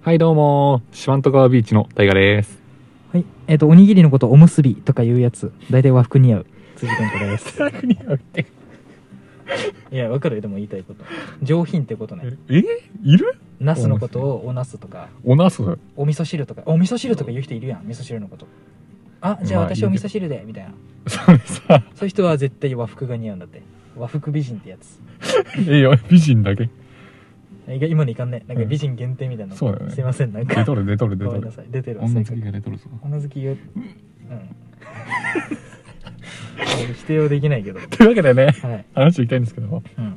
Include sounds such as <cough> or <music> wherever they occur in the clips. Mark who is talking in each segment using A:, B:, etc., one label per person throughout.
A: はいどうも四万十川ビーチの大河 <laughs> です
B: はい。えっ、と、おにぎりのことおむすびとかいうやつ、大体和服似合う。辻健子です。 <laughs> いや、わかるよでも言いたいこと。上品ってことね。
A: えいる
B: ナスのことをおナスとか、
A: おなす
B: お味噌汁とか、お味噌汁とか言う人いるやん、味噌汁のこと。あ、じゃあ
A: まあ
B: 私お味噌汁で、みたいな。
A: それさ
B: そういう人は絶対和服が似合うんだって。和服美人ってやつ。
A: <laughs> えよ美人だけ
B: いや今のいかんね。なんか
A: うん
B: 美人限定みたいなの。
A: そうだね
B: すいません、なん
A: 出
B: か。
A: とる出とる出
B: ご
A: と
B: めんな
A: る
B: さい。出てるわ。
A: 女好
B: 正解
A: きが出とるぞ
B: 女好き言う。 <laughs> うん。否定はできないけど。
A: というわけでね
B: はい。
A: 話をいきたいんですけど
B: うん。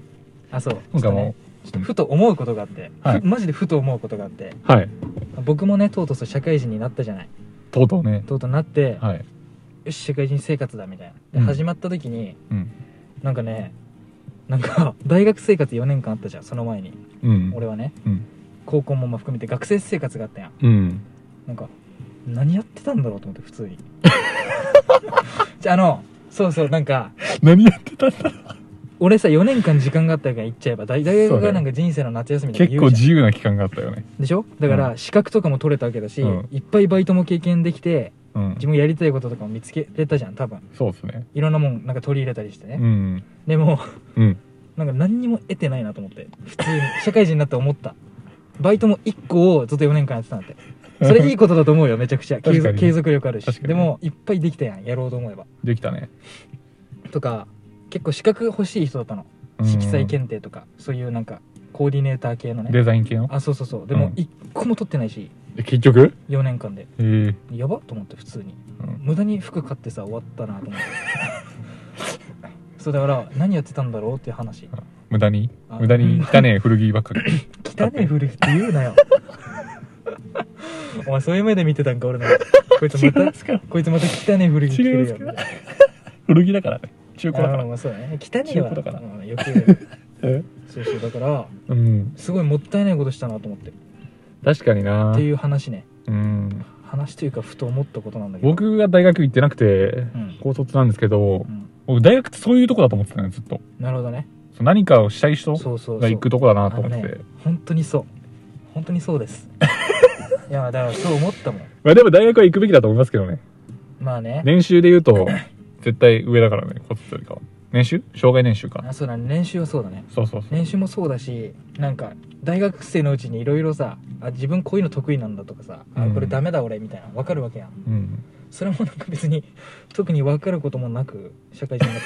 B: あ、そう。
A: 今回も
B: ちょっとねふと思うことがあって、
A: はい
B: ふマジでふと思うことがあって
A: はい
B: 僕もねとうとうそう社会人になったじゃない
A: とうとうね
B: とうとうなって、
A: はい
B: よし社会人生活だみたいなで、
A: うん
B: 始まった時に
A: うん
B: なんかねなんか <laughs> 大学生活4年間あったじゃんその前に
A: うん
B: 俺はね
A: うん
B: 高校もまあ含めて学生生活があったやん
A: うん
B: なんか何やってたんだろうと思って普
A: <laughs>
B: 通にじゃああのそうそうなんか
A: 何やってたんだ
B: 俺さ4年間時間があったから言っちゃえば大大
A: そうだ
B: 学が
A: よ
B: なんか人生の夏休みとか
A: 結
B: 言
A: 構
B: うじゃん
A: 自由な期間があったよね
B: でしょだか
A: う
B: ら資格とかも取れたわけだし、
A: うん
B: いっぱいバイトも経験できて
A: うん
B: 自分やりたいこととかも見つけれたじゃん多分
A: そうですね
B: いろんなもんなんか取り入れたりしてね、
A: うん
B: でも <laughs>
A: うん
B: なんか何にも得てないなと思って普通に社会人になって思ったバイトも1個をずっと4年間やってたん
A: <laughs>
B: だってそれいいことだと思うよめちゃくちゃ継
A: 確かに
B: 続継続力ある
A: 確
B: し
A: かに
B: でもいっぱいできたやんやろうと思えば
A: できたね
B: とか結構資格欲しい人だったの
A: うん
B: 色彩検定とかそういうなんかコーディネーター系のね
A: デザイン系の
B: あそうそうそうで
A: う
B: も
A: ん
B: 1個も取ってないし
A: え結局
B: 4年間で
A: えー
B: やばっと思って普通に
A: うん
B: 無駄に服買ってさ終わったなと思って <laughs> そうだから何やってたんだろうっていう話
A: 無駄に
B: あ
A: 無駄に汚
B: <laughs>
A: ねえ古着ばっかり
B: 汚ねえ古着って言うなよ <laughs> お前そういう目で見てたんか俺のこいつ
A: <laughs>
B: また
A: から
B: こいつまた汚ねえ古着着てるよ
A: 違います古着だからね中古だか
B: あー
A: ら
B: まあそうだね汚ねえわ
A: 中古だから
B: うん余計だよ
A: え
B: そうそうだか
A: う
B: ら
A: ん
B: すごいもったいないことしたなと思ってっ
A: 確かにな
B: ていう話ね
A: うん
B: 話というかふと思ったことなんだけど
A: 僕が大学行ってなくて
B: うん、
A: 高卒なんですけど
B: うん、
A: 僕大学ってそういうとこだと思ってたのよずっと
B: なるほどね
A: そう何かをしたい人
B: そうそうそ
A: が
B: う
A: 行くとこだなと思って
B: あ
A: て
B: の本当にそう本当にそうです
A: <laughs>
B: いやだからそう思ったもん
A: まあでも大学は行くべきだと思いますけどね
B: まあね
A: 年収で言うと絶対上だからね高卒よりかは年収障害年収か
B: あそうだね練習はそうだね
A: そうそうそう
B: 練習もそうだしなんか大学生のうちにいろいろさあ自分こういうの得意なんだとかさ、
A: う
B: あ
A: ん
B: これダメだ俺みたいな分かるわけやん
A: うん
B: それもなんか別に特に分かることもなく社会人になっ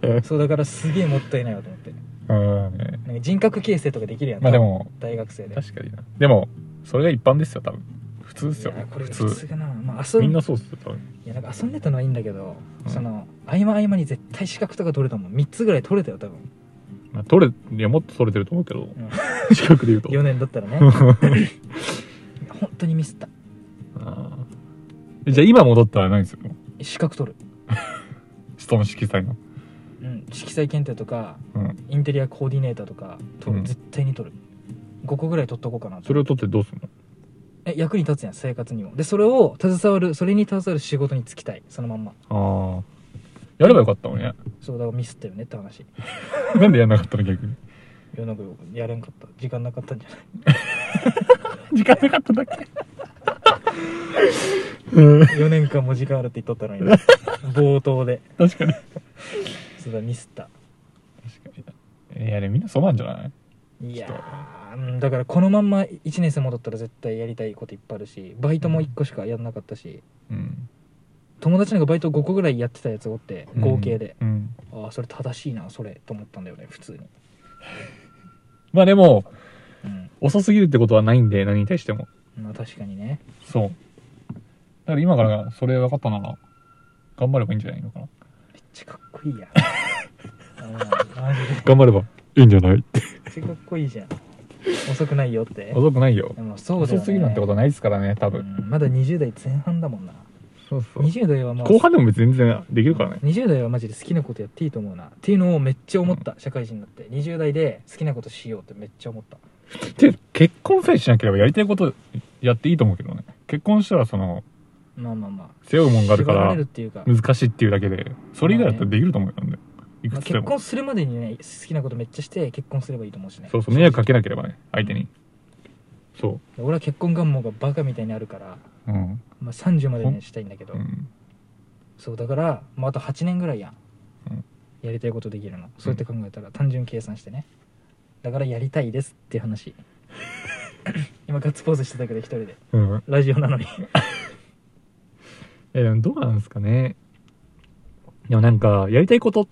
B: てるから
A: え
B: そうだからすげえもったいないわと思って
A: うんね
B: なんか人格形成とかできるやん
A: まあでも
B: 大学生で
A: 確かになでもそれが一般ですよ多分普通ですよ
B: いやこれ
A: 普
B: 普
A: 通
B: 通かな、まあ、遊
A: みん
B: ん
A: なそうっすよ多分
B: いやなんか遊んでたのはいいんだけど、
A: うん
B: その合間合間に絶対資格とか取れたもん3つぐらい取れたよ多分、
A: まあ取れいやもっと取れてると思うけど <laughs>
B: うん、
A: 資格で言うと
B: 4年だった
A: <laughs>
B: らね本当にミスった
A: あーじゃあ今戻ったら何するの
B: 資格取る、
A: その色彩の。
B: うん、色彩検定とか
A: うん。
B: インテリアコーディネーターとか取る、
A: うん
B: 絶対に取る5個ぐらい取っとこうかなと
A: それを取ってどうするの
B: え役に立つやん生活にもでそれを携わるそれに携わる仕事に就きたいそのまんま
A: ああ。やればよかったのね。
B: そうだからミスったよねって話
A: なんでやんなかったの逆に。
B: 世の中やれんかった時間なかったんじゃない
A: 時間なかっただけ。 <laughs> うん。
B: 4年間も時間あるって言っとったの
A: <laughs>
B: にね冒頭で
A: 確かに。
B: そうだミスった
A: 確かに。いや、でもみんなそうなんじゃない
B: いやーうんだからこのまんま1年生戻ったら絶対やりたいこといっぱいあるしバイトも1個しかやんなかったし
A: うん。
B: 友達なんかバイト5個ぐらいやってたやつおって合計で、
A: うん。
B: ああそれ正しいなそれと思ったんだよね普通に、
A: まあでも、
B: うん
A: 遅すぎるってことはないんで、何に対しても。
B: まあ、確かにね
A: そう。だから今からそれ分かったなら、頑張ればいいんじゃないのかな。
B: めっちゃかっこいい
A: <laughs>
B: やんあーマジで
A: 頑張ればいいんじゃないって。
B: めっちゃかっこいいじゃん遅くないよって
A: 遅くないよ。
B: でもそうだよ、ね、
A: 遅すぎなんてことはないですからね、多
B: う
A: 分。
B: んまだ20代前半だもんな
A: そうそ
B: 20代はもう
A: 後半でも別に全然できるからね。
B: 20代はマジで好きなことやっていいと思うなっていうのをめっちゃ思った、社会人になって20代で好きなことしようってめっちゃ思った
A: で結婚さえしなければやりたいことやっていいと思うけどね結婚したらその
B: まあまあまあ
A: 背負うもんがあるから
B: 縛られるっていうか、
A: 難しいっていうだけでそれ以外だったらできると思うよねい
B: ま
A: く
B: あ
A: つで
B: 結
A: も
B: 婚するまでにね好きなことめっちゃして結婚すればいいと思うしね
A: そうそう迷惑かけなければね相手にそ
B: 俺は結婚願望がバカみたいにあるから、
A: う。うん。
B: まあ、30までにはしたいんだけど、
A: うん。
B: そうだから、まあ、あと8年ぐらいやん、
A: うん
B: やりたいことできるのそうやって考えたら、単純計算してねだからやりたいですっていう
A: <laughs>
B: 話今ガッツポーズしてたけど一人で
A: うん。
B: ラジオなのに
A: え、でもどうなんですかね。でもなんか、やりたいことっ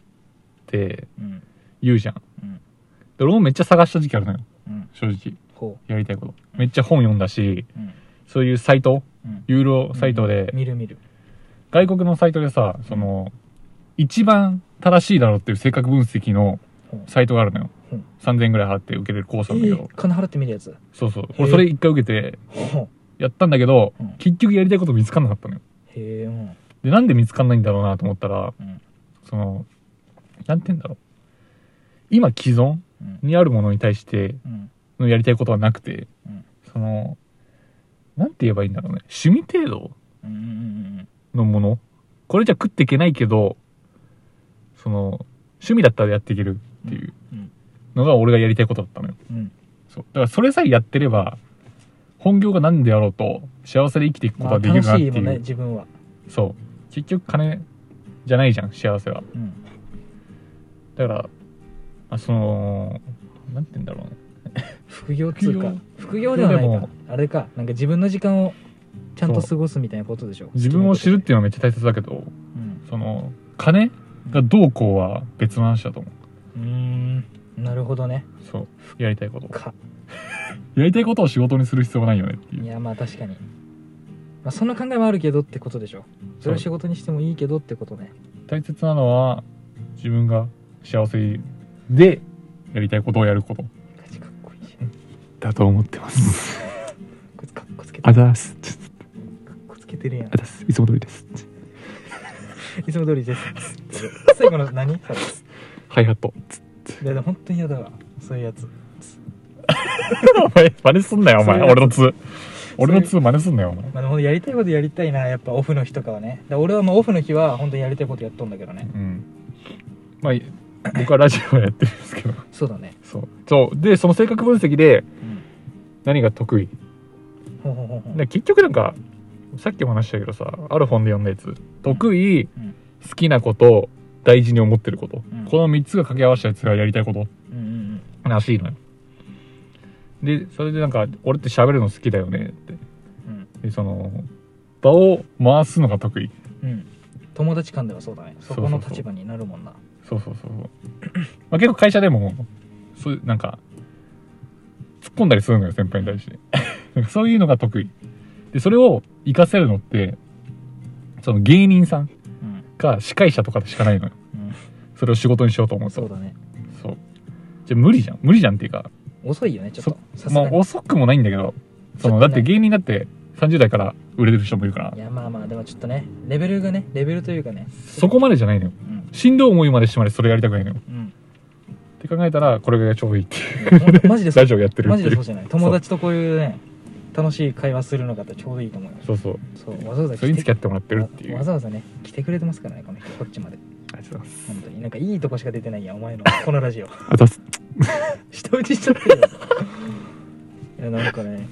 A: て
B: うん
A: 言うじゃん。で
B: うん
A: 俺もめっちゃ探した時期あるのよ。
B: うん
A: 正直。
B: ほ
A: やりたいこと。めっちゃ本読んだし、
B: ううん
A: そういうサイト、
B: うん
A: ユーロサイトで、
B: 見る見る
A: 外国のサイトでさ、その、一番正しいだろうっていう性格分析の
B: ほう
A: サイトがあるのよ。
B: うん
A: 3000円ぐらい払って受けれるコースなんだけど。
B: えー金払って見るやつ
A: そうそう。
B: へ
A: 俺
B: え
A: それ一回受けて、
B: ほう
A: やったんだけど、
B: うん
A: 結局やりたいこと見つかんなかったのよ。
B: へえうん
A: で、なんで見つかんないんだろうなと思ったら、
B: うん
A: その、なんて言うんだろう。今既存
B: うん
A: にあるものに対して
B: うん
A: のやりたいことはなくて、
B: うん
A: その、なんて言えばいいんだろうね。趣味程度
B: うんうん
A: のものこれじゃ食っていけないけど、その、趣味だったらやっていけるっていう
B: うん
A: のが俺がやりたいことだったのよ。
B: うんうん
A: そう。だからそれさえやってれば、本業が何であろうと、幸せで生きていくこと
B: まあ
A: はできる
B: 楽
A: なって
B: し
A: い。
B: いうもんね自分は
A: そう。結局金じゃないじゃん、幸せは。
B: うん
A: だから、まあ、その、なんて言うんだろうね。
B: 副業っつうか副
A: 副
B: 業
A: 業
B: ではない
A: で
B: か
A: も
B: あれかなんか自分の時間をちゃんと過ごすみたいなことでしょ
A: 自分を知るっていう
B: いう
A: のはめっちゃ大切だけど、
B: うん
A: その、金がどうこうは別の話だと思う。
B: うーんなるほどね
A: そう。やりたいこと。
B: か
A: やりたいことを仕事にする必要はないよねっていう
B: い。やまあ確かに、まあ、そんな考えもあるけどってことでしょそれは仕事にしてもいいけどってことね
A: 大切なのは自分が幸せでやりたいことをやること
B: ガチかっこいいし
A: だと思ってます。
B: こいつかっこつけて
A: あ
B: る
A: ざーす。
B: かっこつけてるやん
A: あざーす。いつも通りです。
B: いつも通りです <laughs> 最後の何それ
A: ハイハット。
B: いやでも本当に嫌だわそういうやつ
A: お前、 <laughs> 真似すんなよ、お前。
B: そういうやつ
A: 俺の2。俺の2真似すんなよ、お前。
B: まあでもやりたいことやりたいなやっぱオフの日とかはねだから俺はまあオフの日は本当にやりたいことやっとんだけどね
A: うん。まあいい、僕はラジオやってるんですけど。
B: そうだね
A: そう。そう。で、その性格分析で
B: うん
A: 何が得意。
B: ほうほうほうほう
A: で結局なんか、さっきも話したけどさ、ある本で読んだやつ。得意、
B: うん
A: 好きなこと、大事に思ってること。
B: うん
A: この3つが掛け合わせたやつがやりたいこと。
B: うんうん
A: らしいのよでそれでなんか「俺って喋るの好きだよね」って
B: うん
A: でその場を回すのが得意
B: うんうん友達間ではそうだねそこ
A: そ
B: の
A: うそうそう
B: 立場になるもんな
A: そうそうそうそうまあ結構会社でもそういうなんか突っ込んだりするのよ先輩に対して <laughs> なんかそういうのが得意でそれを活かせるのってその芸人さん
B: うん
A: か司会者とかでしかないのよ
B: うん
A: それを仕事にしようと思うと
B: そうだね
A: そうじゃあ無理じゃん無理じゃんっていうか
B: 遅いよねちょっとさす
A: ま
B: が
A: あ
B: に
A: 遅くもないんだけどその
B: ちょ
A: だ
B: っとね
A: って芸人だって30代から売れてる人もいるから
B: いやまあまあでもちょっとねレベルがねレベルというかね
A: そこまでじゃないのよ
B: うん
A: しんどい思いまでしてまでそれやりたくないのよ
B: うん
A: って考えたらこれがちょうどいいっていう
B: いやほんとマジで
A: <laughs>
B: そ
A: ラ
B: う
A: ジオやってる
B: マ
A: っ
B: ジ
A: てい
B: でそう
A: う
B: じゃない友達とこういうね楽しい会話するのがちょうどいいと思うよ
A: そうそう
B: そうわざわざ
A: それに付き合
B: っ
A: ってもらってるっていう
B: わわざわざね来てくれてますからねこの人こっちまで
A: ありがとうございます
B: 本当になんかいいとこしか出てないやん
A: <laughs>
B: お前のこのラジオ
A: あざっす
B: 下打ちしちゃってるよいやなんかね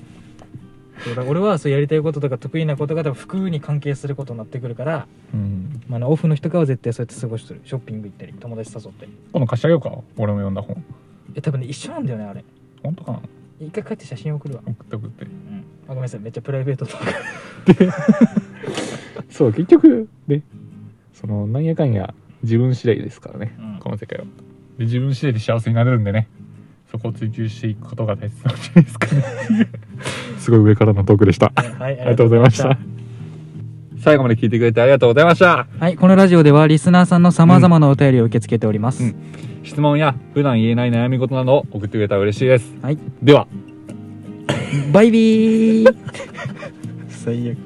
B: そうだ俺はそうやりたいこととか得意なことが多分服に関係することになってくるから、
A: うん
B: まあね、オフの日とかは絶対そうやって過ごしてるショッピング行ったり友達誘って
A: 今度貸してあげようか俺も読んだ本
B: え多分ね一緒なんだよねあれ
A: 本当かな
B: 一回帰って写真送るわ、
A: 送って送って
B: うん、あごめんなさいめっちゃプライベートとか
A: そう結局ねそのなんやかんや自分次第ですからね
B: うん
A: この世界はで自分次第で幸せになれるんでねそこを追求していくことが大切なんじゃないですかね <laughs> すごい上からのトークでした <laughs>
B: はい
A: ありがとうございました。最後まで聞いてくれてありがとうございました。
B: はいこのラジオではリスナーさんのさまざまなお便りを受け付けております、
A: うん質問や普段言えない悩み事などを送ってくれたら嬉しいです。
B: はい
A: では。
B: バイビー最悪